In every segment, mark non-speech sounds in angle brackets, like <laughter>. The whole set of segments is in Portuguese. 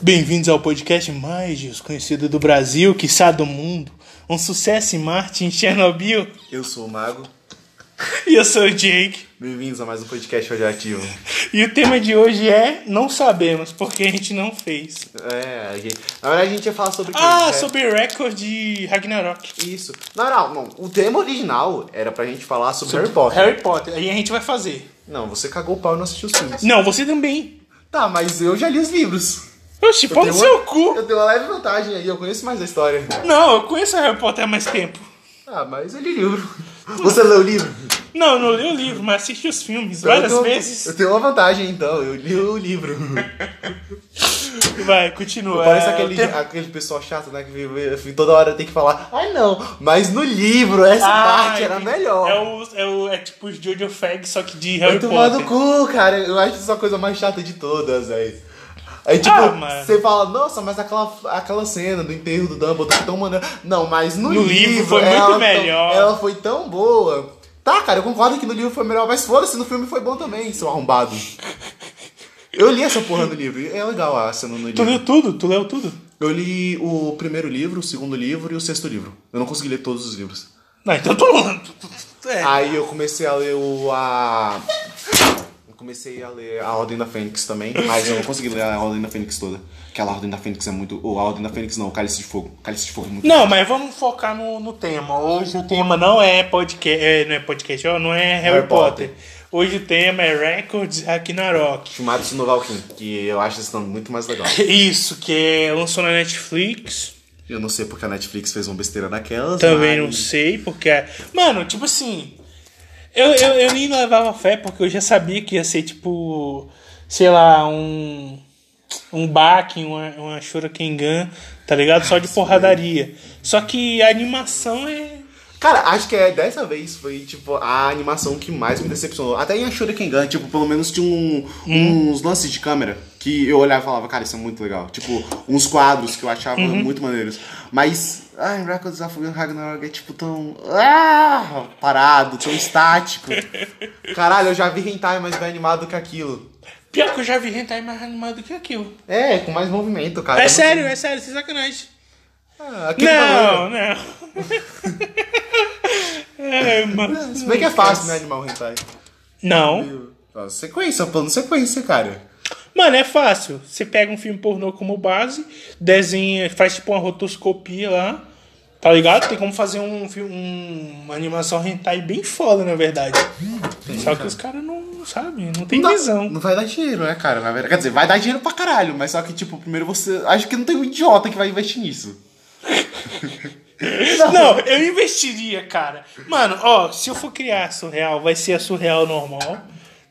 Bem-vindos ao podcast mais desconhecido do Brasil, quiçá do mundo. Um sucesso em Marte, em Chernobyl. Eu sou o Mago. E eu sou o Jake. Bem-vindos a mais um podcast radioativo. E o tema de hoje é Não Sabemos, porque a gente não fez. É, a gente- na verdade a gente ia falar sobre o quê? Ah, É, sobre recorde de Ragnarok. Isso. Na moral, não, o tema original era pra gente falar sobre, Harry Potter. Harry Potter, aí a gente vai fazer. Não, você cagou o pau e não assistiu os filmes. Não, você também. Tá, mas eu já li os livros. Oxi, pau no tenho seu uma- cu. Eu tenho uma leve vantagem aí, eu conheço mais a história. Não, eu conheço Harry Potter há mais tempo. Ah, mas eu li livro. Você leu o livro? Não, eu não li o livro, mas assisti os filmes Então eu várias tenho- Eu vezes. tenho uma vantagem então, eu li o <laughs> livro. Vai, continua. Parece É, o aquele, tema- aquele pessoal chato, né? Que vive- vive- toda hora tem que falar, ai não, mas no livro essa Ah, parte era entendi. melhor. É, o, é, o, é tipo os Jojo Fag, só que de Harry Vai tomar no Potter. cu, cara. Eu acho isso a coisa mais chata de todas, velho. Aí, tipo, Ah, mano. você fala, nossa, mas aquela, aquela cena do enterro do Dumbledore foi tão maneira. Não, mas no, No livro foi muito ela tão- melhor. ela foi tão boa. Tá, cara, eu concordo que no livro foi melhor, mas foda-se, no filme foi bom também, seu arrombado. Eu li essa porra no livro. É legal a cena no Tu livro. leu tudo? Tu leu tudo? Eu li o primeiro livro, o segundo livro e o sexto livro. Eu não consegui ler todos os livros. Não, então tu tu- tu- tu- é. Aí eu comecei a ler o. A... Eu comecei a ler a Ordem da Fênix também, mas eu não consegui ler a Ordem da Fênix toda. Aquela Ordem da Fênix é muito. Ou a Ordem da Fênix não, o Cálice de Fogo. O Cálice de Fogo é muito. Não, mas vamos focar no, no tema. Hoje o tema não é podcast, é, não é podcast, ó, não é Harry, Harry Potter. Potter. Hoje o tema é Records Ragnarok. Filmados no Valkyrie, que eu acho esse nome muito mais legal. Isso, que é, lançou na Netflix. Eu não sei porque a Netflix fez uma besteira daquelas. Também não mas... sei, porque. Mano, tipo assim. Eu, eu, eu nem levava fé, porque eu já sabia que ia ser tipo. Sei lá, um. Um baque, uma, uma Shurikengan, tá ligado? Só de porradaria. Só que a animação é. Cara, acho que é dessa vez foi, tipo, a animação que mais me decepcionou. Até em Ashura Kengan, tipo, pelo menos tinha um- Hum? uns lances de câmera que eu olhava e falava, cara, isso é muito legal. Tipo, uns quadros que eu achava Uhum. muito maneiros. Mas, ai, Records of Ragnarok é, tipo, tão... Ah, parado, tão estático. <laughs> Caralho, eu já vi Hentai mais bem animado que aquilo. Pior que eu já vi hentai mais animado que aquilo. É, com mais movimento, cara. É muito- sério, é sério, sem sacanagem. Ah, aquele Não, não. <laughs> É, mano. tamanho. Se bem que é fácil, né, animar um Hentai. Não. Ó, Sequência, plano sequência, cara. Mano, é fácil. Você pega um filme pornô como base, desenha, faz tipo uma rotoscopia lá, tá ligado? Tem como fazer um, fi- um- uma animação hentai bem foda, na verdade. Só que os caras não sabem, não tem Não dá- visão. Não vai dar dinheiro, né, cara? Na verdade, quer dizer, vai dar dinheiro pra caralho, mas só que, tipo, primeiro você. Acho que não tem um idiota que vai investir nisso. Não, eu investiria, cara. Mano, ó, se eu for criar a surreal, vai ser a surreal normal.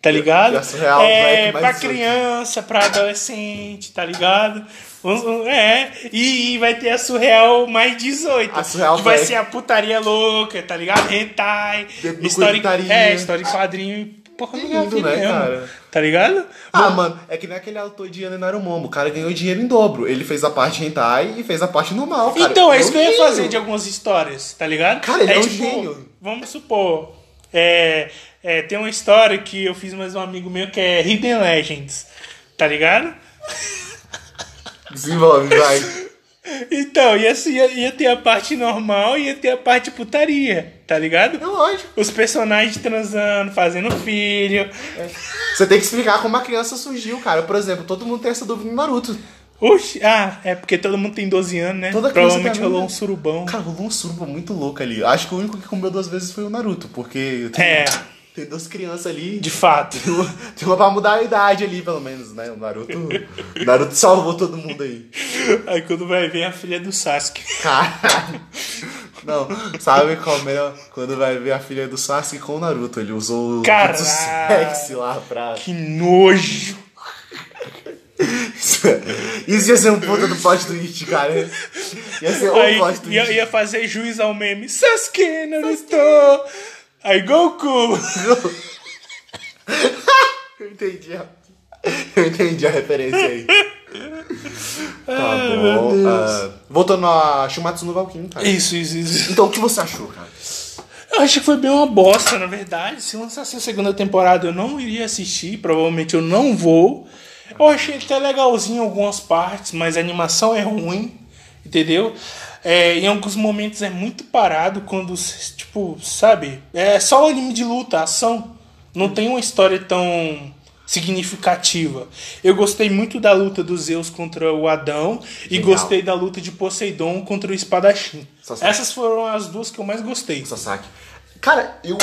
Tá ligado? E a surreal é, black mais pra 18. criança, pra adolescente, tá ligado? Um- um- É, e, e vai ter a surreal mais 18. A surreal que vai black. ser a putaria louca, tá ligado? Hentai, Dedo no história, cu de putaria. é, história de quadrinho e porra do Lindo, filho né, mesmo, cara? Tá ligado? Ah, mano, é que nem aquele autor de Ananário Momo. O cara ganhou dinheiro em dobro. Ele fez a parte hentai e fez a parte normal, cara. Então, é Ele isso que eu ia gênio. fazer de algumas histórias, tá ligado? Cara, ele é um tipo, gênio. Vamos supor, é, é, tem uma história que eu fiz mais um amigo meu que é Hidden Legends, tá ligado? Desenvolve, vai. Então, ia, se- ia, ia ter a parte normal e ia ter a parte putaria, tá É ligado? lógico. Os personagens transando, fazendo filho. Você tem que explicar como a criança surgiu, cara. Por exemplo, todo mundo tem essa dúvida no Naruto. Oxi, ah, é porque todo mundo tem 12 anos, né? Toda criança Provavelmente tem a rolou um mesma- surubão. Cara, rolou um surba muito louco ali. Acho que o único que comeu duas vezes foi o Naruto, porque. tem- É. Tem duas crianças ali. De fato. <laughs> Tem uma, tem uma pra mudar a idade ali, pelo menos, né? O Naruto. O Naruto salvou todo mundo aí. Aí quando vai ver a filha do Sasuke. Caralho. Não, sabe qual é o melhor? Quando vai ver a filha do Sasuke com o Naruto. Ele usou o Caralho. jutsu sexy lá pra. Que nojo! Isso ia ser um puta do plot twist, cara. Ia <laughs> ser Aí um plot twist. ia, ia fazer juiz ao meme Sasuke Naruto Aí Goku Eu entendi. a- Eu entendi a referência aí. Tá bom. ah, voltando a Shumatsu no Valkyrie, cara. Isso, isso, isso Então, o que você achou, cara? Eu acho que foi bem uma bosta, na verdade Se lançasse a segunda temporada eu não iria assistir Provavelmente eu não vou Eu achei até legalzinho em algumas partes, mas a animação é ruim, entendeu? É, em alguns momentos é muito parado quando, tipo, sabe? É só um anime de luta, ação. Não tem uma história tão significativa. Eu gostei muito da luta do Zeus contra o Adão e Legal. gostei da luta de Poseidon contra o Espadachim. Sasaki. Essas foram as duas que eu mais gostei. Sasaki. Cara, eu.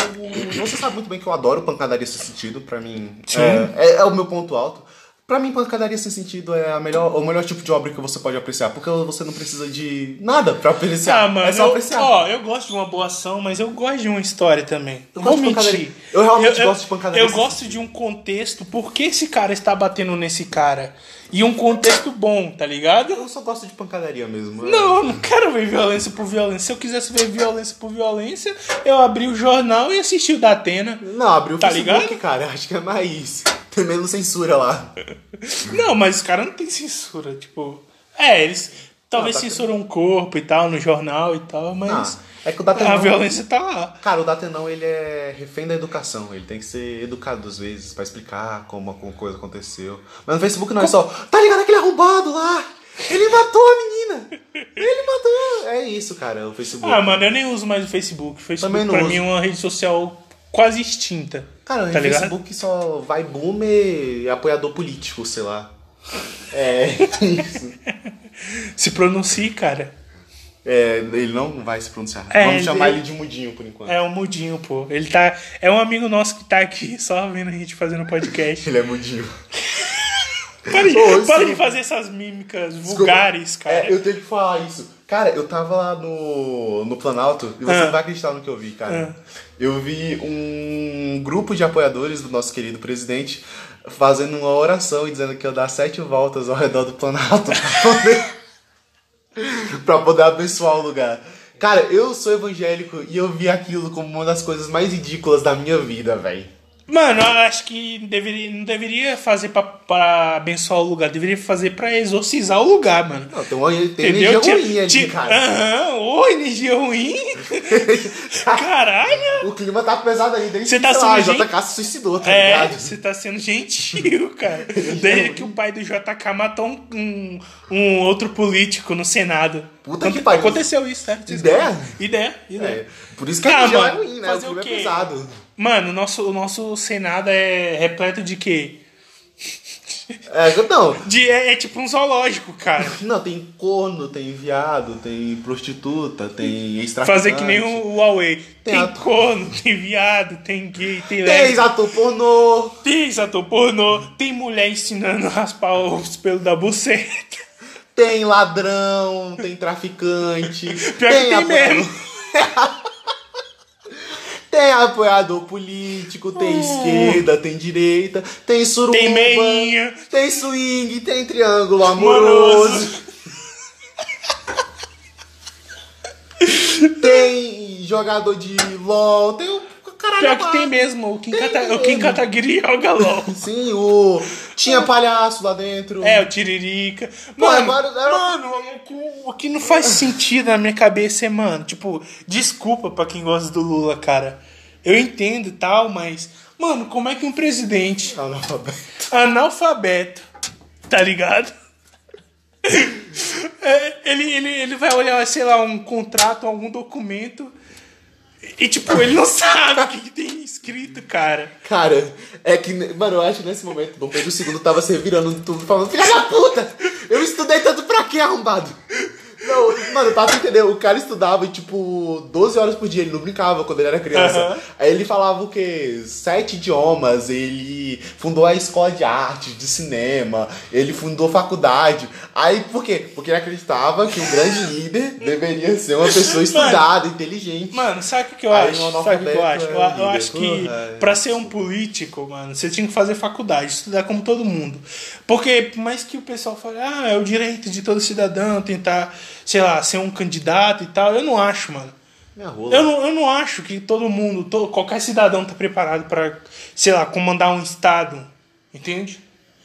Você sabe muito bem que eu adoro pancadaria sem sentido, pra mim. Sim. É, é- é o meu ponto alto. Pra mim, pancadaria sem sentido é a melhor, o melhor tipo de obra que você pode apreciar, porque você não precisa de nada pra apreciar. Ah, mano, é só eu, apreciar. ó, eu gosto de uma boa ação, mas eu gosto de uma história também. Eu Vou gosto de pancadaria. mentir. Eu realmente gosto de pancadaria. Eu gosto de um contexto, por que esse cara está batendo nesse cara? E um contexto bom, tá ligado? Eu só gosto de pancadaria mesmo. é. Não, eu não quero ver violência por violência. Se eu quisesse ver violência por violência, eu abri o jornal e assisti o da Atena. Não, abriu o Tá Facebook, ligado? cara. Acho que é mais. Tem menos censura lá. Não, mas os caras não têm censura, tipo. É, eles talvez Ah, tá censuram o corpo e tal, no jornal e tal, mas. Ah, é que o Datenão. a violência tá lá. Cara, o Datenão, ele é refém da educação. Ele tem que ser educado às vezes pra explicar como alguma coisa aconteceu. Mas no Facebook não é só. Tá ligado aquele arrombado lá? Ele matou a menina! Ele matou! É isso, cara, o Facebook. Ah, mano, eu nem uso mais o Facebook. O Facebook Também não pra uso. mim é uma rede social quase extinta. Cara, tá o ligado? Facebook só vai boomer e apoiador político, sei lá. É, <laughs> isso. Se pronuncie, cara. É, ele não vai se pronunciar. É, Vamos chamar ele- ele de mudinho por enquanto. É o Mudinho, pô. Ele tá. É um amigo nosso que tá aqui <laughs> só vendo a gente fazendo <laughs> podcast. Ele é mudinho. Para de, Ô, para sim. de fazer essas mímicas Desculpa. vulgares, cara. É, eu tenho que falar isso. Cara, eu tava lá no, no Planalto e você Ah. não vai acreditar no que eu vi, cara. Eu vi um grupo de apoiadores do nosso querido presidente fazendo uma oração e dizendo que ia dar sete voltas ao redor do Planalto <laughs> pra poder, pra poder abençoar o lugar. Cara, eu sou evangélico e eu vi aquilo como uma das coisas mais ridículas da minha vida, velho. Mano, eu acho que deveria, não deveria fazer pra, pra abençoar o lugar, deveria fazer pra exorcizar o lugar, mano. Não, tem uma tem energia Entendeu? Tinha- ruim ali, tinha- cara. Aham, ô, energia <laughs> ruim. Ah. Caralho. O clima tá pesado aí desde Você tá sei lá, sujo, hein? JK se suicidou, tá É, ligado? você tá sendo gentil, <laughs> cara. Desde que o pai do JK matou um, um, um outro político no Senado. Puta que pariu. Aconteceu isso, certo? Ideia? Ideia, É, ideia. por isso que Ah, a religião é mano, ruim, né? fazer o o filme quê? é pesado. Mano, o nosso, o nosso Senado é repleto de quê? É, não, De, é, é tipo um zoológico, cara. não, tem corno, tem viado, tem prostituta, tem extraficante. Fazer que nem o o Huawei. Tem, ator. corno, tem viado, tem gay, tem Tem lésbica, ex-ator pornô, tem exator pornô, tem mulher ensinando a raspar os pelos da buceta. tem ladrão, tem traficante. <laughs> Pior que tem apoiador- mesmo. Tem apoiador político, tem esquerda, tem direita, tem suruba, Tem meinha. tem swing, tem triângulo amoroso. <laughs> tem jogador de LOL, tem o caralho. Pior que lá. tem mesmo, o Kim, Tem Kata, o mesmo. Kim Kataguiri joga LOL. Sim, o. Tinha palhaço lá dentro. É, o Tiririca. Pô, Mano, agora- é era- mano o, que, o que não faz sentido na minha cabeça é, mano, tipo, desculpa pra quem gosta do Lula, cara. Eu entendo e tal, mas, mano, como é que um presidente Analfabeto. analfabeto, tá ligado? <laughs> É, ele, ele, ele vai olhar, sei lá, um contrato, algum documento. E, tipo, ele não sabe o que que tem escrito, cara. Cara, é que. Mano, eu acho que nesse momento Dom Pedro II tava se revirando tudo falando, filha da puta! Eu estudei tanto pra quê, arrombado? Não, mano, pra tu entender, o cara estudava e, tipo, 12 horas por dia, ele não brincava quando ele era criança. Aham. Aí ele falava o quê? Sete idiomas, ele fundou a escola de arte, de cinema, ele fundou faculdade. Aí por quê? Porque ele acreditava que um grande líder deveria ser uma pessoa estudada, inteligente. Mano, sabe o que eu Aí acho? um Sabe o que eu acho? analfabeto Eu, é um eu líder. acho que Porra, pra ser um político, mano, você tinha que fazer faculdade, estudar como todo mundo. Porque, por mais que o pessoal fale, ah, é o direito de todo cidadão tentar, sei lá, ser um candidato e tal, eu não acho, mano. Minha rola. Eu não, eu não acho que todo mundo, todo, qualquer cidadão tá preparado pra, sei lá, comandar um estado, entende?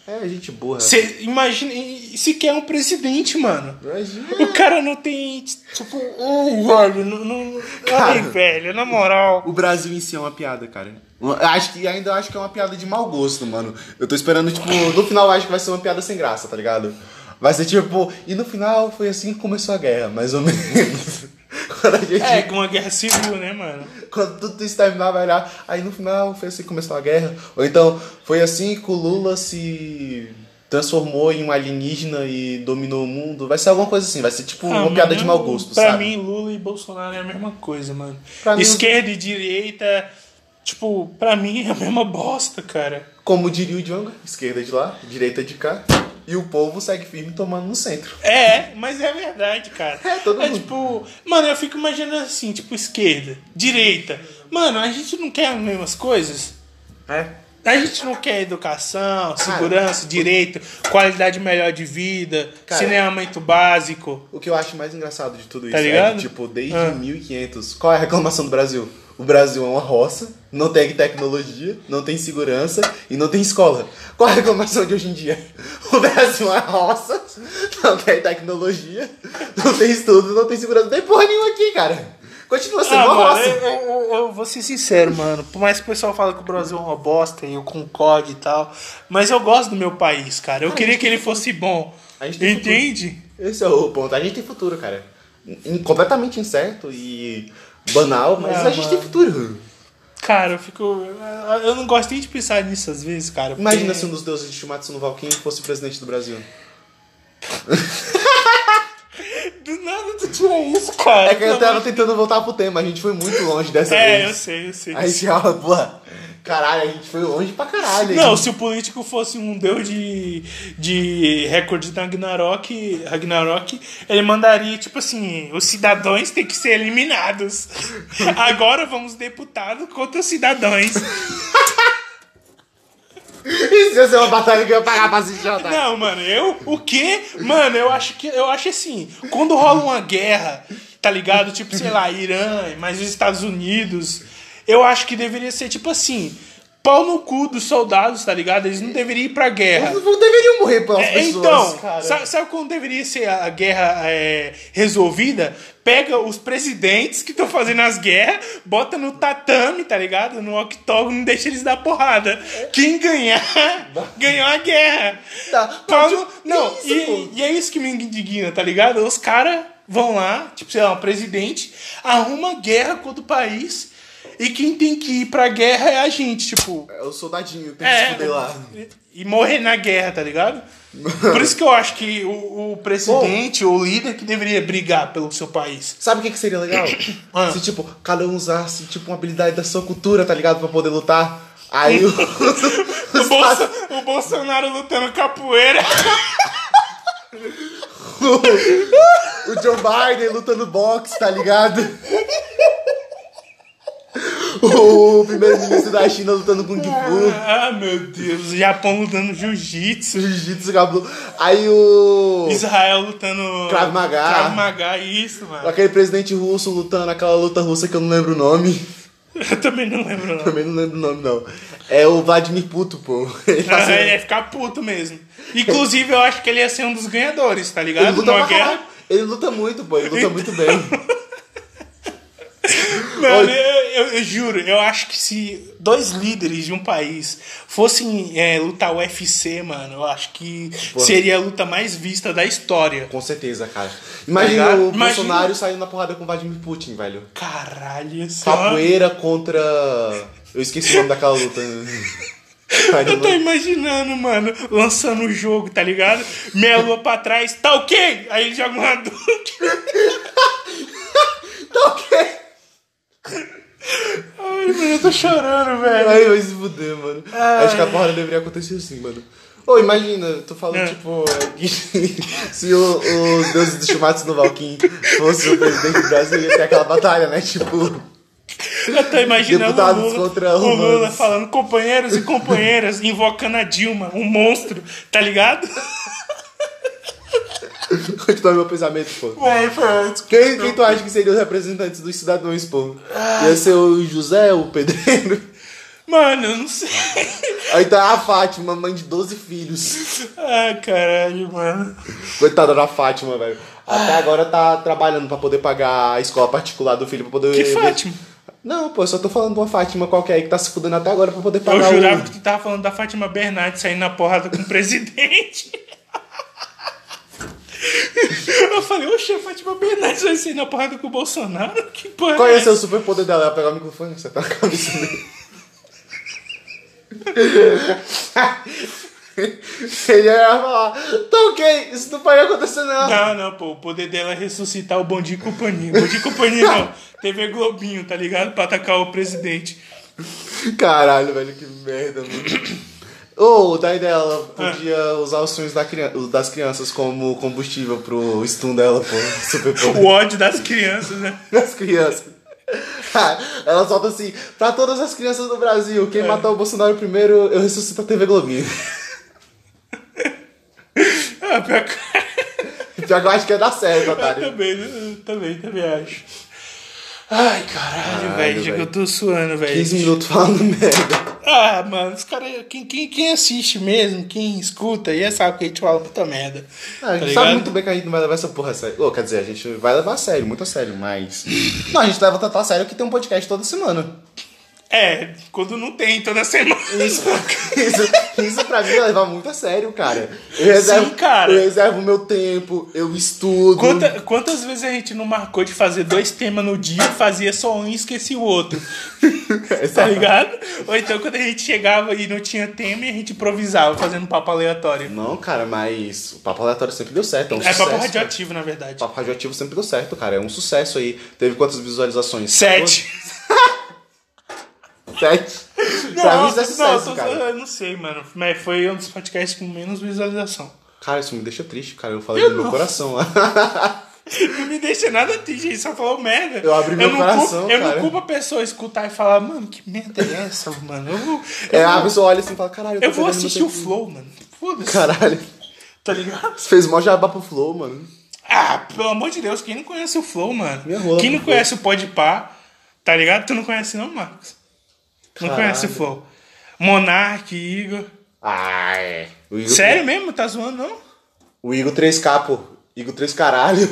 É, gente burra. Você imagina, e sequer é um presidente, mano. Imagina. O cara não tem, tipo, um olho, não, não... Cara. Ai, velho, na moral. O Brasil em si é uma piada, cara. Acho que ainda acho que é uma piada de mau gosto, mano. Eu tô esperando, tipo, no final eu acho que vai ser uma piada sem graça, tá ligado? Vai ser tipo, e no final foi assim que começou a guerra, mais ou <laughs> menos. quando a gente. É, com uma guerra civil, né, mano? Quando tudo isso terminar, vai lá. Aí no final foi assim que começou a guerra. Ou então, foi assim que o Lula se transformou em um alienígena e dominou o mundo. Vai ser alguma coisa assim, vai ser tipo Ah, uma mano, piada de eu- mau gosto, pra sabe? mim, Lula e Bolsonaro é a mesma coisa, mano. Pra mim, os- Esquerda e direita, tipo, pra mim é a mesma bosta, cara. Como diria o Djonga, esquerda de lá, direita de cá. E o povo segue firme tomando no centro. É, mas é verdade, cara. É, todo mundo. tipo, mano, eu fico imaginando assim, tipo, esquerda, direita. Mano, a gente não quer as mesmas coisas? É. A gente não quer educação, Cara. segurança, direito, qualidade melhor de vida, Cara. saneamento básico. O que eu acho mais engraçado de tudo isso Tá é, ligado? tipo, desde Ah. 1500, qual é a reclamação do Brasil? O Brasil é uma roça, não tem tecnologia, não tem segurança e não tem escola. Qual é a reclamação de hoje em dia? O Brasil é uma roça, não tem tecnologia, não tem estudo, não tem segurança, não tem porra nenhuma aqui, cara. Continua sendo Ah, uma mano, roça. eu, eu- eu vou ser sincero, mano. Por mais que o pessoal fale que o Brasil é uma bosta e eu concordo e tal, mas eu gosto do meu país, cara. Eu queria que ele fosse bom. A gente tem futuro. Entende? Esse é o ponto. A gente tem futuro, cara. In- completamente incerto e banal, mas Ah, a gente tem mano. futuro. Cara, eu fico. Eu não gosto nem de pensar nisso às vezes, cara. Imagina porque- se um dos deuses de Shumatsu no Valkyrie fosse o presidente do Brasil. Do nada tu tira isso, cara. É que eu tava tentando voltar pro tema, a gente foi muito longe dessa É, eu vez. sei, eu sei. A gente fala, pô, caralho, a gente foi longe pra caralho. hein? Não, se o político fosse um deus de, de recorde da Ragnarok, Ragnarok, ele mandaria, tipo assim, os cidadãos têm que ser eliminados. Agora vamos deputados contra os cidadãos. <laughs> Isso ia ser é uma batalha que eu ia pagar pra assistir, otário. Não, mano, eu? O quê? Mano, eu acho que eu acho assim, quando rola uma guerra, tá ligado? Tipo, sei lá, Irã, mas os Estados Unidos, eu acho que deveria ser tipo assim, pau no cu dos soldados, tá ligado? Eles não deveriam ir pra guerra. Não, não deveriam morrer pelas É, pessoas, então, cara. sabe, sabe como deveria ser a guerra é, resolvida? Pega os presidentes que estão fazendo as guerras, bota no tatame, tá ligado? No octógono, não deixa eles dar porrada. Quem ganhar, ganhou a guerra. Tá. Pau Não, no- não, que isso, pô? e, e é isso que me indigna, tá ligado? Os caras vão lá, tipo, sei lá, um presidente arruma guerra contra o país e quem tem que ir pra guerra é a gente, tipo... É o soldadinho, tem que se É, fuder lá. e- e morrer na guerra, tá ligado? Por isso que eu acho que o, o presidente, o líder, que deveria brigar pelo seu país. Sabe o que, que seria legal? <coughs> Ah. Se, tipo, cada um usasse, tipo, uma habilidade da sua cultura, tá ligado? Pra poder lutar. <laughs> Aí o... O, Bolso- o Bolsonaro lutando <laughs> capoeira. O Joe Biden lutando boxe, tá ligado? <laughs> O primeiro-ministro da China lutando com Kung Fu, Ah, meu Deus. O Japão lutando jiu-jitsu. jiu-jitsu, cabelo. Aí o... Israel lutando. Krav Maga. Krav Maga, isso, <laughs> mano. Aquele presidente russo lutando aquela luta russa que eu não lembro o nome. Eu também não lembro, <laughs> não. Também não lembro o nome, não. É o Vladimir Puto, pô. Ele, Ah, faz- assim, ele ia ficar puto mesmo. Inclusive, eu acho que ele ia ser um dos ganhadores, tá ele ligado? luta Numa pra guerra. caralho. Ele luta muito, pô. Ele luta muito bem. <laughs> Mano, Olha- eu, eu- eu juro, eu acho que se dois líderes de um país fossem é, lutar UFC, mano, eu acho que seria a luta mais vista da história. Com certeza, cara. Imagina Tá ligado? o Imagina. Bolsonaro saindo na porrada com o Vladimir Putin, velho. Caralho, isso é uma- Capoeira contra. Eu esqueci o nome daquela luta. né? <laughs> Ai, Eu não tô lembro. imaginando, mano, lançando o jogo, tá ligado? Meia lua pra trás, tá ok! Aí ele joga um uma Hadouken. Tá ok. É. Ai, <laughs> mano, eu tô chorando, velho. Ai, vai se fuder, mano. Acho que a porra deveria acontecer assim, mano. Ô, imagina, eu tô falando, É. tipo, que <laughs> se o- os deuses do Shumatsu no Valkyrie fossem o presidente do Brasil, ia ter aquela batalha, né? Tipo, <laughs> Eu tô imaginando Deputados o Lula, contra o Lula humanos. falando companheiros e companheiras, invocando a Dilma, um monstro, tá ligado? continua meu pensamento, pô. Véi, foi- Quem, quem tu acha que seriam os representantes dos cidadãos, pô? Ia ser o José, o pedreiro? Mano, eu não sei. Ou então a Fátima, mãe de 12 filhos. Ah, caralho, mano. Coitada da Fátima, velho. Até agora tá trabalhando pra poder pagar a escola particular do filho pra poder. Que Fátima? Não, pô, eu só tô falando de uma Fátima qualquer aí que tá se fudendo até agora pra poder Eu pagar jurava o. que tu tava falando da Fátima Bernardes saindo na porrada com o presidente. <laughs> Eu falei, oxe, a Fátima Bernardes vai sair na porrada com o Bolsonaro? Que porra. Qual é ia essa? ser o superpoder dela? Ela pegar o microfone e acertar a cabeça dele. <laughs> Ele ia falar, tá ok, isso não vai acontecer não. Não, não, pô. O poder dela é ressuscitar o Bom Dia e Companhia. Bom Dia e Companhia não. TV Globinho, tá ligado? Pra atacar o presidente. Caralho, velho, que merda, mano. Ou, daí dela, Ah. podia usar os sonhos da crian- das crianças como combustível pro stun dela, pô. Super <laughs> pô. O ódio das crianças, né? das crianças. <laughs> Ela solta assim, pra todas as crianças do Brasil, É. quem matar o Bolsonaro primeiro, eu ressuscito a TV Globinho. <laughs> Ah, pior que... Pior que eu acho que ia dar certo, Eu otário. também, eu também, também acho. Ai, caralho, velho. Já que velho. eu tô suando, velho. 15 minutos falando <laughs> merda. Ah, mano, os caras. Quem, quem, quem assiste mesmo, quem escuta, aí sabe que a gente fala puta merda. É, A tá gente ligado? sabe muito bem que a gente não vai levar essa porra a sério. Ô, quer dizer, a gente vai levar a sério, muito a sério, mas. Não, a gente leva tanto a sério que tem um podcast toda semana. É, quando não tem toda semana. Isso, <laughs> isso, isso pra mim é levar muito a sério, cara. Eu reservo, cara. Eu reservo meu tempo, eu estudo. <laughs> <laughs> Quanta- quantas vezes a gente não marcou de fazer dois temas no dia, fazia só um e esquecia o outro, <laughs> tá ligado? Ou então quando a gente chegava e não tinha tema e a gente improvisava fazendo papo aleatório. Não, cara, mas o papo aleatório sempre deu certo. É, um É sucesso, papo cara. radioativo, na verdade. Papo radioativo sempre deu certo, cara. É um sucesso aí. Teve quantas visualizações? Sete. Duas? Sete. <laughs> Não, pra mim isso é não, eu sucesso, tô- cara. eu não sei, mano. Mas foi um dos podcasts com menos visualização. Cara, isso me deixa triste, cara. Eu falei Eu do meu não. coração. Não me deixa nada triste, ele só falou merda. Eu abri meu não coração, culpo- Eu não cara. culpo a pessoa escutar e falar, mano, que merda é essa, mano? Eu vou, eu <laughs> é, a vou, pessoa olha assim e fala, caralho, tô eu vou perdendo meu assistir o tempo. <laughs> Flow, mano. Foda-se, Caralho, tá ligado? você fez mó jabá pro Flow, mano. Ah, pelo amor de Deus, quem não conhece o Flow, mano? Minha rola quem não pro Flow. conhece o Podpah, tá ligado? Tu não conhece não, Marcos? Não Caralho. conhece o Flow. Monark, Igor. Ai. O Igor, Sério mesmo? Tá zoando, não? O Igor 3K, pô. Igor 3 caralho.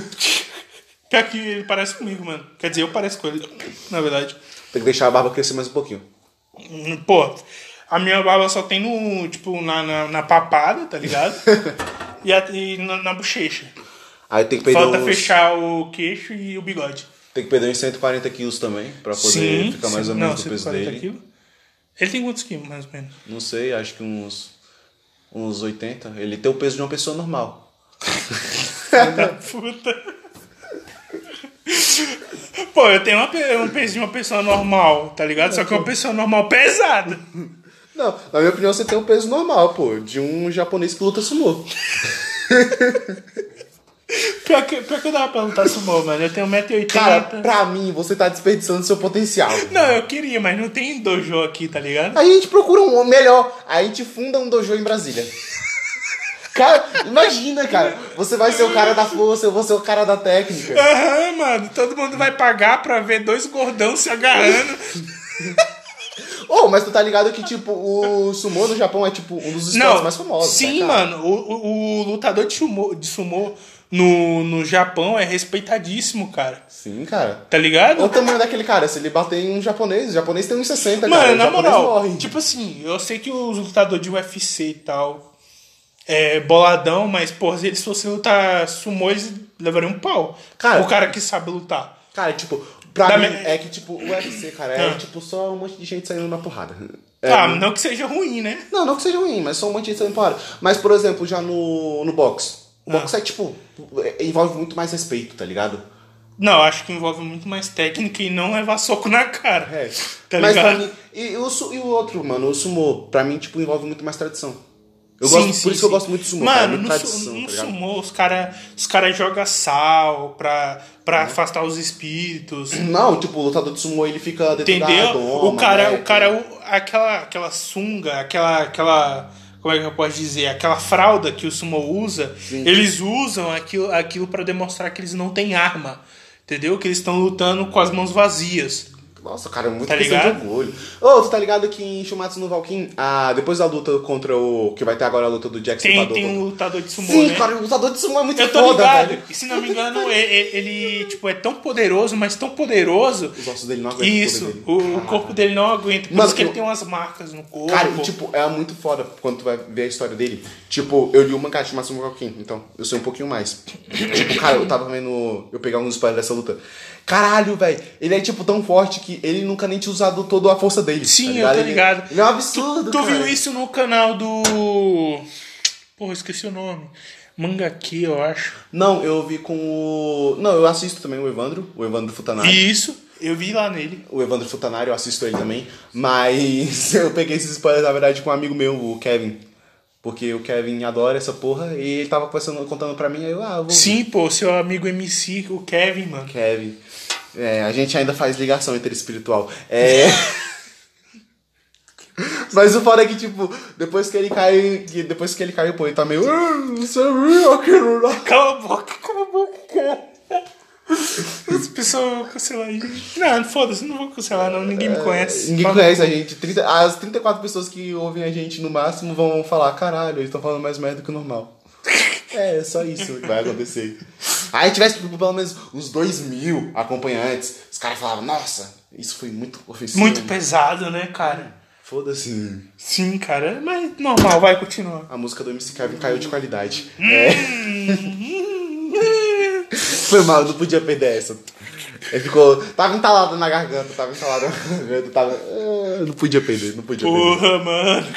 <laughs> Pior que ele parece comigo, mano. Quer dizer, eu pareço com ele, na verdade. Tem que deixar a barba crescer mais um pouquinho. Hum, Pô, a minha barba só tem no. Tipo, na, na, na papada, tá <laughs> ligado? e a- e na, na bochecha. Aí tem que perder Falta uns, fechar o queixo e o bigode. Tem que perder uns 140 quilos também, pra poder ficar mais ou sim. menos Não, do peso 140 dele. quilos? Ele tem quantos quilos, mais ou menos? Não sei, acho que uns. Uns 80. Ele tem o peso de uma pessoa normal. <laughs> é Puta. Pô, eu tenho uma, pe- um peso de uma pessoa normal, tá ligado? Só que é uma pessoa normal pesada. Não, na minha opinião, você tem o peso normal, pô. De um japonês que luta sumô. Pior que, pior que eu dava pra lutar sumô, mano. Eu tenho 1,80m. Cara, pra mim, você tá desperdiçando seu potencial. Não, eu queria, mas não tem dojo aqui, tá ligado? Aí a gente procura um melhor. Aí a gente funda um dojo em Brasília. Cara, imagina, cara. Você vai ser o cara da força, eu vou ser o cara da técnica. Aham, mano, todo mundo vai pagar pra ver dois gordão se agarrando. Oh, mas tu tá ligado que, tipo, o sumô no Japão é, tipo, um dos esportes Não, mais famosos. sim, né, cara? mano, o, o- o lutador de sumô, de sumô no, no Japão é respeitadíssimo, cara. Sim, cara. Tá ligado? Olha o tamanho daquele cara. Se ele bater em um japonês, o japonês tem uns 60, cara. mano, O na japonês moral, morre. tipo assim, eu sei que os lutadores de UFC e tal é boladão, mas, porra, se eles fossem lutar sumô, eles levariam um pau. Cara- o cara que sabe lutar. Cara, tipo, pra Da mim me- é que, tipo, o UFC, cara, é, Ah. tipo, só um monte de gente saindo na porrada. É, Ah, não que seja ruim, né? Não, não que seja ruim, mas só um monte de gente saindo na porrada. Mas, por exemplo, já no, no boxe. O Ah. boxe é, tipo, é- envolve muito mais respeito, tá ligado? Não, acho que envolve muito mais técnica e não levar soco na cara. É. Tá mas ligado? pra mim. E, o, su- e o outro, mano, o sumô, pra mim, tipo, envolve muito mais tradição. Eu Sim, gosto, sim, por isso que eu sim. gosto muito do sumô, cara, Mano, muito no, tradição, su- no tá ligado? sumô, os caras os cara jogam sal pra, Uhum. pra afastar os espíritos. Não, tipo, o lutador de sumô, ele fica dentro Entendeu? da doma, o cara, é né? o cara o- aquela, aquela sunga, aquela, aquela. Como é que eu posso dizer? Aquela fralda que o sumo usa, eles usam aquilo, aquilo para demonstrar que eles não têm arma. Entendeu? Que eles estão lutando com as mãos vazias. Nossa, cara, é muito Tá questão ligado? de orgulho. Ô, tu tá ligado que em Shumatsu no Valkyrie, ah, depois da luta contra o. Que vai ter agora a luta do Jack Tem, Stripador tem um contra- lutador de sumô, Sim, né? cara, o lutador de sumo é muito Eu tô foda, ligado. velho. E se não me engano, e- e- ele tipo, é tão poderoso, mas tão poderoso. Os ossos dele não aguentam. Isso, o poder dele. o, o corpo dele não aguenta. Por Mano, isso que ele eu- tem umas marcas no corpo. Cara, e, tipo, é muito foda quando tu vai ver a história dele. Tipo, eu li o mangá de Massimo Gokin, então eu sei um pouquinho mais. tipo, cara, eu tava vendo. Eu pegar uns spoilers dessa luta. Caralho, velho. Ele é, tipo, tão forte que ele nunca nem tinha usado toda a força dele. Sim, eu tá tô Ele- ligado. Ele é um absurdo, tu cara. viu isso no canal do. Porra, esqueci o nome. Mangaki, eu acho. Não, eu vi com o. Não, eu assisto também o Evandro, o Evandro Futanari. E isso, eu vi lá nele. O Evandro Futanari, eu assisto ele também. Mas <laughs> eu peguei esses spoilers, na verdade, com um amigo meu, o Kevin. Porque o Kevin adora essa porra e ele tava conversando, contando pra mim, aí eu, ah, eu vou. Sim, pô, seu amigo MC, o Kevin, mano. Kevin. É, a gente ainda faz ligação entre espiritual. É. Mas o foda é que, tipo, depois que ele caiu, que depois que ele caiu, pô, ele tá meio. "Ah, não sei o que eu quero lá." Cala a boca, cala a boca, cara. As pessoas vão cancelar a gente. Não, foda-se, não vou cancelar, não. Ninguém me conhece. É, Ninguém Fala- conhece a gente. 30 as 34 pessoas que ouvem a gente no máximo vão falar: caralho, eles estão falando mais merda que o normal. É, é só isso que vai acontecer. Aí tivesse tipo, pelo menos uns 2 mil acompanhantes, os caras falavam: nossa, isso foi muito ofensivo. Muito pesado, né, cara? Foda-se. Sim, cara, mas normal, vai <laughs> continuar. A música do MC Kevin caiu de qualidade. É. <laughs> Foi mal, eu não podia perder essa. Ele ficou. Tava entalado na garganta, tava entalado na garganta, tava. Ah, Não podia perder, não podia perder. Porra, mano.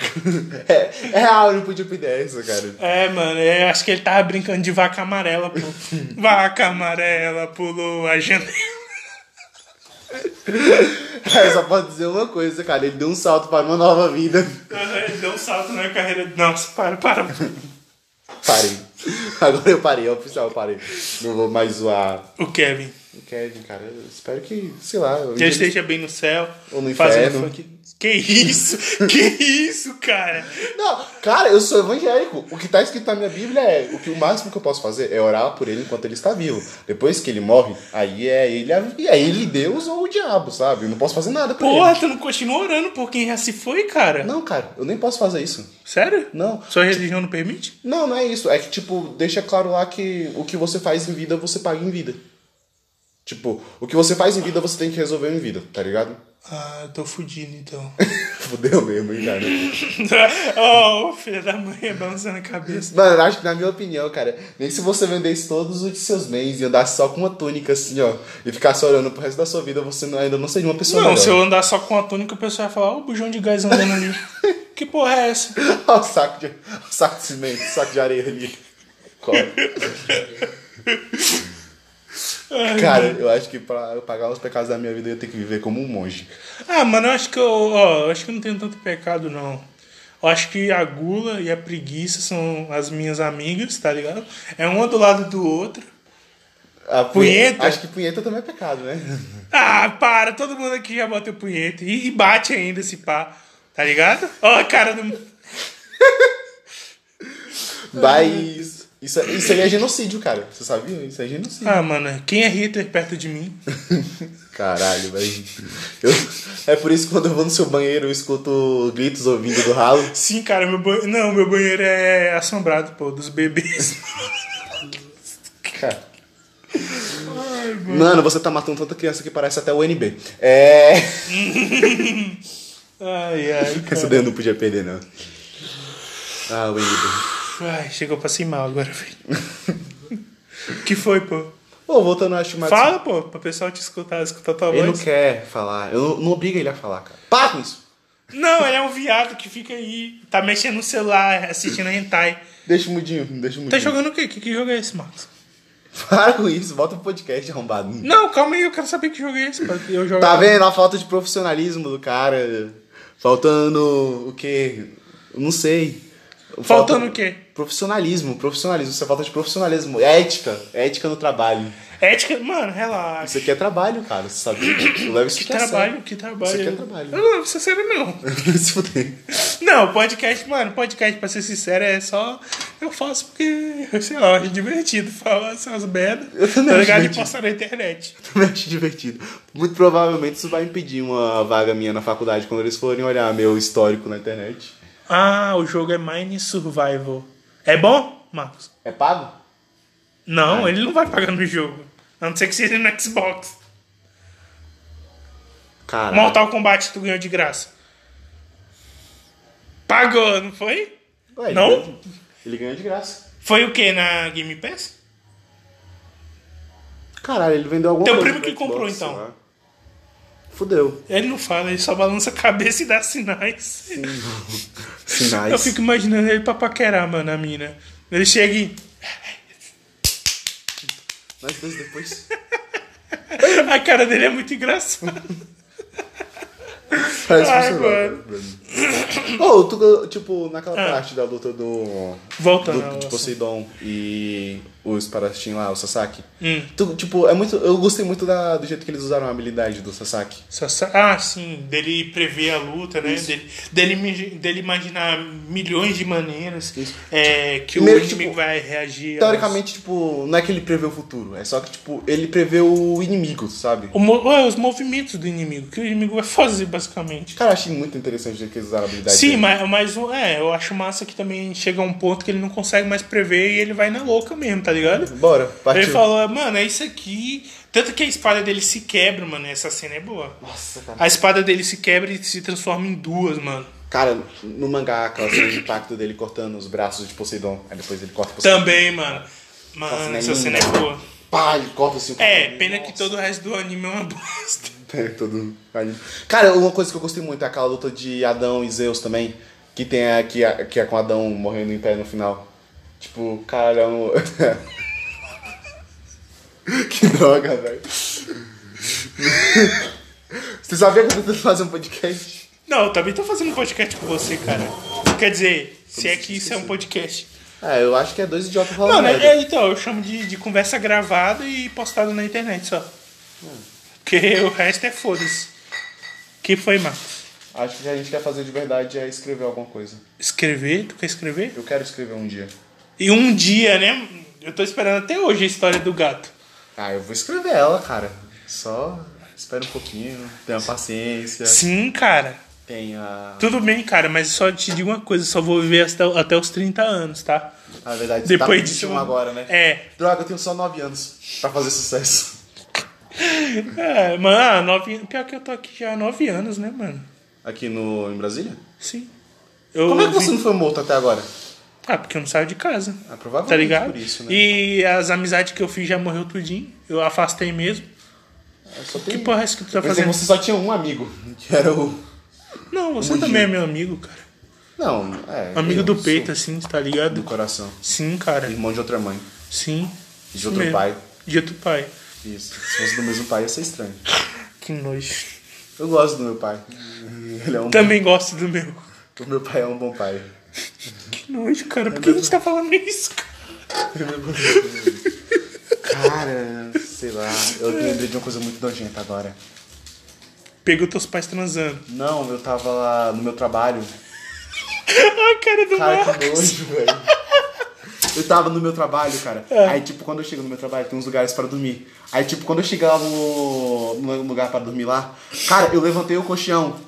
É, é real, eu não podia perder essa, cara. É, mano, eu acho que ele tava brincando de vaca amarela, pô. Vaca amarela pulou a janela. Eu só posso dizer uma coisa, cara. Ele deu um salto para uma nova vida. Ele deu um salto na carreira. Nossa, para, para. Parei. Agora eu parei, é oficial, eu parei. Não vou mais zoar O Kevin. o Kevin, cara. Eu espero que, sei lá. um Que ele dia- esteja bem no céu. Ou no fazendo inferno. funk. Que isso? Que isso, cara? Não, cara, eu sou evangélico. O que tá escrito na minha Bíblia é o que o máximo que eu posso fazer é orar por ele enquanto ele está vivo. Depois que ele morre, aí é ele, e é ele Deus ou o diabo, sabe? Eu não posso fazer nada por Porra, ele. tu não continua orando por quem já se foi, cara? Não, cara, eu nem posso fazer isso. Sério? Não. Sua religião não permite? Não, não é isso. É que, tipo, deixa claro lá que o que você faz em vida, você paga em vida. Tipo, o que você faz em vida, você tem que resolver em vida, tá ligado? <laughs> Ah, eu tô fudido então. Fudeu mesmo, hein, cara. <laughs> oh, filha da mãe, balançando a cabeça. Mano, eu acho que na minha opinião, cara, nem se você vendesse todos os seus bens e andasse só com uma túnica assim, ó, e ficasse orando pro resto da sua vida, você não- ainda não seria uma pessoa Não, é melhor. se eu andar só com a túnica, o pessoal vai falar, ó, o bujão de gás andando ali. que porra é essa? <laughs> Olha o saco de, o saco de cimento, o saco de areia ali. Corre. Cara, eu acho que pra eu pagar os pecados da minha vida, eu ia ter que viver como um monge. Ah, mano, eu acho que eu, ó, eu acho que eu não tenho tanto pecado, não. Eu acho que a gula e a preguiça são as minhas amigas, tá ligado? É uma do lado do outro. A Punheta? Acho que punheta também é pecado, né? Ah, para, todo mundo aqui já bateu punheta. E, e bate ainda esse pá, tá ligado? Ó, a cara do. Mas isso, isso aí é genocídio, cara. Você sabia? Isso aí é genocídio. Ah, mano, quem é Hitler perto de mim? Caralho, velho. Eu- É por isso que quando eu vou no seu banheiro eu escuto gritos ouvindo do ralo. Sim, cara, meu banheiro. Não, meu banheiro é assombrado, pô, dos bebês. Cara. Mano, você tá matando tanta criança que parece até o NB. É. <laughs> Ai, ai, Essa cara. daí eu não podia perder, não. Ah, o NB. Ai, chegou, passei mal agora, velho. que foi, pô? Pô, voltando a Shumatsu. Fala, pô, pra pessoal te escutar, escutar tua Ele não voz. quer falar. Eu não, não obriga ele a falar, cara. Para com isso. Não, ele é um viado que fica aí, tá mexendo no celular, assistindo hentai. Deixa o mudinho, deixa o mudinho. Tá jogando o quê? Que, que jogo é esse, Marcos? <laughs> Para com isso, volta pro podcast arrombado. Não, calma aí, eu quero saber que jogo é esse, pra eu jogar. Tá vendo a falta de profissionalismo do cara? Faltando o quê? Eu Não sei. Faltando Falta- o quê? Profissionalismo, profissionalismo. Isso é falta de profissionalismo. Ética, ética no trabalho. Ética, mano, relaxa. Isso aqui é trabalho, cara, você sabe? Eu levo isso Que aqui a sério. <laughs> trabalho, que trabalho. Isso aqui é trabalho. Eu não levo isso a sério, não. Se fuder. Não, podcast, mano, podcast, pra ser sincero, é só. Eu faço porque, sei lá, eu acho divertido falar essas merdas. Eu também Tá ligado? acho E divertido. postar na internet. Também acho divertido. Muito provavelmente isso vai impedir uma vaga minha na faculdade quando eles forem olhar meu histórico na internet. Ah, o jogo é Mine Survival. É bom, Marcos? É pago? É. Não, ele não vai pagar no jogo. A não ser que seja no Xbox. Cara. Mortal Kombat tu ganhou de graça. Pagou, não foi? Ué, ele Não? ganhou de- Ele ganhou de graça. Foi o que na Game Pass? Caralho, ele vendeu alguma Teu coisa. primo pro que comprou, Xbox, então. sei lá. Fudeu. Ele não fala, ele só balança a cabeça e dá sinais. <laughs> Sinais. Eu fico imaginando ele pra paquerar, mano, a mina. Ele chega e. Nós <laughs> dois depois. A cara dele é muito engraçada. Parece Ai, funcionar. Ô, tu, tipo, naquela Ah. parte da luta do. Voltando do, tipo assim. ao assunto. de Poseidon e os Parastin lá, o Sasaki. Hum. Tu, tipo, é muito. Eu gostei muito da- do jeito que eles usaram a habilidade do Sasaki. Só sa- Ah, sim, dele prever a luta, né? Dele, dele, mi- dele imaginar milhões de maneiras Isso. é, que Primeiro, o inimigo tipo, vai reagir. a- Teoricamente, tipo, não é que ele prevê o futuro, é só que, tipo, ele prevê o inimigo, sabe? O mo- é, os movimentos do inimigo, que o inimigo vai fazer, basicamente. Cara, eu achei muito interessante o jeito que eles usaram a habilidade. Sim, dele. mas, mas o- é, eu acho massa que também chega um ponto que ele não consegue mais prever e ele vai na louca mesmo, tá ligado? Bora, partiu. Ele falou, mano, é isso aqui. Tanto que a espada dele se quebra, mano. Essa cena é boa. Nossa, cara. A espada dele se quebra e se transforma em duas, mano. Cara, no mangá, aquela cena de impacto dele cortando os braços de Poseidon. Aí depois ele corta o Poseidon. Também, mano. Mano, Nossa, essa cena né? é boa. Pá, ele corta assim o É, cabelo. pena que todo o resto do anime é uma <laughs> bosta. <laughs> É, todo anime. Cara, uma coisa que eu gostei muito é aquela luta de Adão e Zeus também. Que tem a, que, a- que é com Adão morrendo em pé no final. Tipo, cara, é um... <laughs> Que droga, velho. <laughs> Você sabia que eu tô tentando fazer um podcast? Não, eu também tô fazendo podcast com você, cara. Quer dizer, se é que isso é um podcast. Ah, eu acho que é dois idiotas falando. Não, né? merda. é, então, eu chamo de, de conversa gravada e postada na internet só. Hum. Porque <laughs> o resto é foda-se. que foi, Marcos? Acho que o que a gente quer fazer de verdade é escrever alguma coisa. Escrever? Tu quer escrever? Eu quero escrever um dia. E um dia, né? Eu tô esperando até hoje a história do gato. Ah, eu vou escrever ela, cara. Só espera um pouquinho, <laughs> tenha paciência, Sim, cara. tenha. Tudo bem, cara, mas só te digo uma coisa, só vou viver até, até os 30 anos, tá? Na verdade, você tá com Depois 21 disso- agora, né? É. Droga, eu tenho só 9 anos pra fazer sucesso. É, mano, ah, nove, pior que eu tô aqui já há 9 anos, né, mano? Aqui no, em Brasília? Sim. Eu Como é que vi- você não foi morto até agora? Ah, porque eu não saio de casa. Ah, provavelmente Tá ligado? por isso, né? E as amizades que eu fiz já morreu tudinho. Eu afastei mesmo. Eu só Que tenho... porra é essa que tu tá Eu pensei que fazendo? você só tinha um amigo, que era o. Não, você Hoje- também é meu amigo, cara. Um Não, é. Amigo eu do sou peito, assim, tá Do ligado? coração. Sim, cara. Irmão de outra mãe. Sim. De outro Mesmo. pai. De outro pai. Isso. Se fosse do mesmo pai, ia ser estranho. Que nojo. Eu gosto do meu pai. <laughs> Ele é um. Também gosto do meu. O meu pai é um bom pai. <laughs> Que nojo, cara. Por que a gente tá falando isso, cara? Cara, sei lá. Eu lembrei de uma coisa muito nojenta agora. Pegou teus pais transando. <laughs> Não, eu tava lá no meu trabalho. Ai, cara do Cara, Marcos. que nojo, velho. Eu tava no meu trabalho, cara. É. Aí, tipo, quando eu chego no meu trabalho, tem uns lugares pra dormir. Aí, tipo, quando eu cheguei lá no, no lugar pra dormir lá, cara, eu levantei o colchão.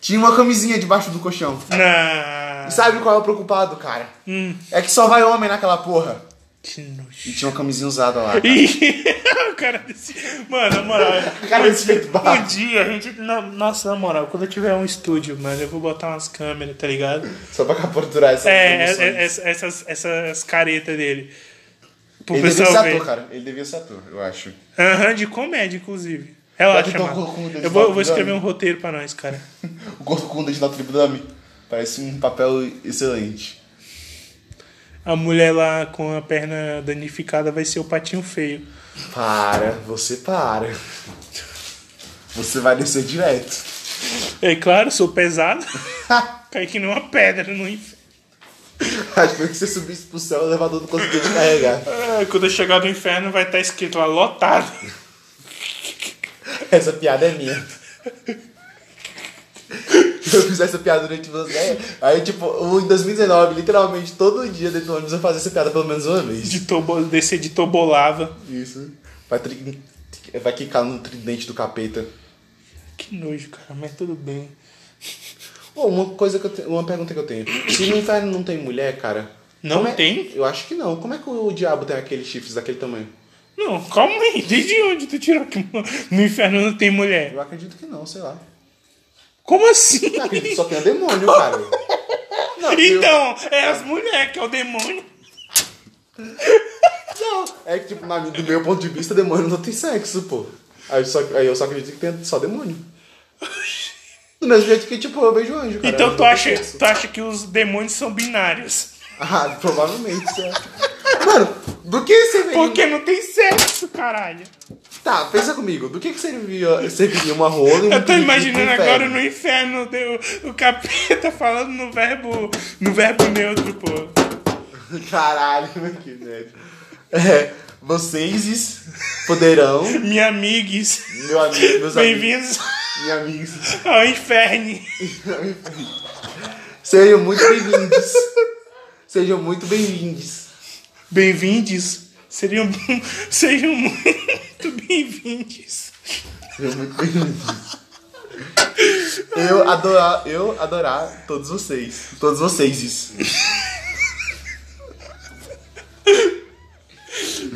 Tinha uma camisinha debaixo do colchão. Na... Sabe qual é o preocupado, cara? Hum. É que só vai homem naquela porra. Que nojo. E tinha uma camisinha usada lá. Ih, <laughs> o cara desse. Mano, na moral. Cara, despertado. Um dia a gente. na- Nossa, na moral, quando eu tiver um estúdio, mano, eu vou botar umas câmeras, tá ligado? Só pra capturar essa É, emoção. é, é, essas, essas caretas dele. Pro Ele devia pessoal ser ver. ator, cara. Ele devia ser ator, eu acho. Aham, de comédia, inclusive. Relaxa, Vai botar um o mano. Goku desse Eu vou, lado, vou escrever né? um roteiro pra nós, cara. O Corcunda de Notre Dame parece um papel excelente. A mulher lá com a perna danificada vai ser o patinho feio. Para, você para. Você vai descer direto. É claro, sou pesado. <laughs> Cai que nem uma pedra no inferno. <laughs> Acho que se você subisse pro céu, o elevador não conseguia te carregar. Ah, Quando eu chegar no inferno vai estar escrito lá <laughs> lotado. Essa piada é minha. eu fiz essa piada durante umas ideias. Aí, tipo, o- em 2019, literalmente, todo dia dentro do ônibus eu fazia essa piada pelo menos uma vez. De tobo, descer de tobolava. Isso. Vai, tri- vai quicar no tridente do capeta. Que nojo, cara, mas tudo bem. Pô, uma coisa que eu te- Uma pergunta que eu tenho. Se no inferno não tem mulher, cara. Não como é- tem? Eu acho que não. Como é que o diabo tem aqueles chifres daquele tamanho? Não, calma aí, desde onde tu tirou que no inferno não tem mulher? Eu acredito que não, sei lá. Como assim? Eu acredito que só tem o demônio, <laughs> cara. Não, eu- Então, é as mulheres que é o demônio. Não. É que, tipo, na- do meu ponto de vista, demônio não tem sexo, pô. Aí, só, aí eu só acredito que tem só demônio. Do mesmo jeito que, tipo, eu vejo anjo, cara. Então Eu tu não acha, penso. tu acha que os demônios são binários? Ah, provavelmente, é. Mano, do que serviria... Porque não tem sexo, caralho. Tá, pensa comigo. Do que que serviria, serviria uma rola e um Eu tô pirulito imaginando com agora febre? no inferno o, o capeta <laughs> tá falando no verbo, no verbo neutro, pô. Caralho, que merda. É, vocês poderão, Minha amigues, meu amigo, meus amigos, bem-vindos minha amigos, ao inferno. sejam muito bem-vindos. Sejam muito bem-vindos. Bem-vindos seriam, <laughs> sejam muito bem-vindos. Sejam muito bem-vindos. Eu adorar, eu adorar todos vocês. Todos vocês. isso.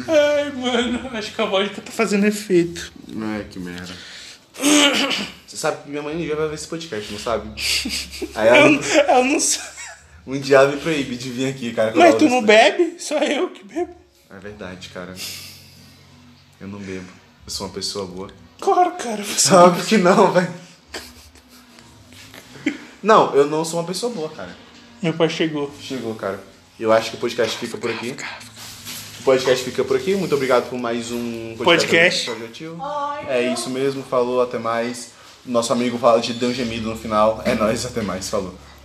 Ai, mano, acho que a vodka tá fazendo efeito. Ai, que merda. Você sabe que minha mãe um dia vai ver esse podcast, não sabe? Aí Eu, ela, eu não sei. um dia ela me proíbe de vir aqui, cara. quando Mas ela tu vê não esse bebe? Só eu que bebo. É verdade, cara. Eu não bebo. Eu sou uma pessoa boa. Claro, cara. você- <laughs> Sabe que não, velho. Não, eu não sou uma pessoa boa, cara. Meu pai chegou. Chegou, cara. Eu acho que o podcast fica por aqui. O podcast fica por aqui. Muito obrigado por mais um Podcast. Radioativo. É isso mesmo. Falou, até mais. Nosso amigo fala de deu um gemido no final. É nóis, até mais. Falou.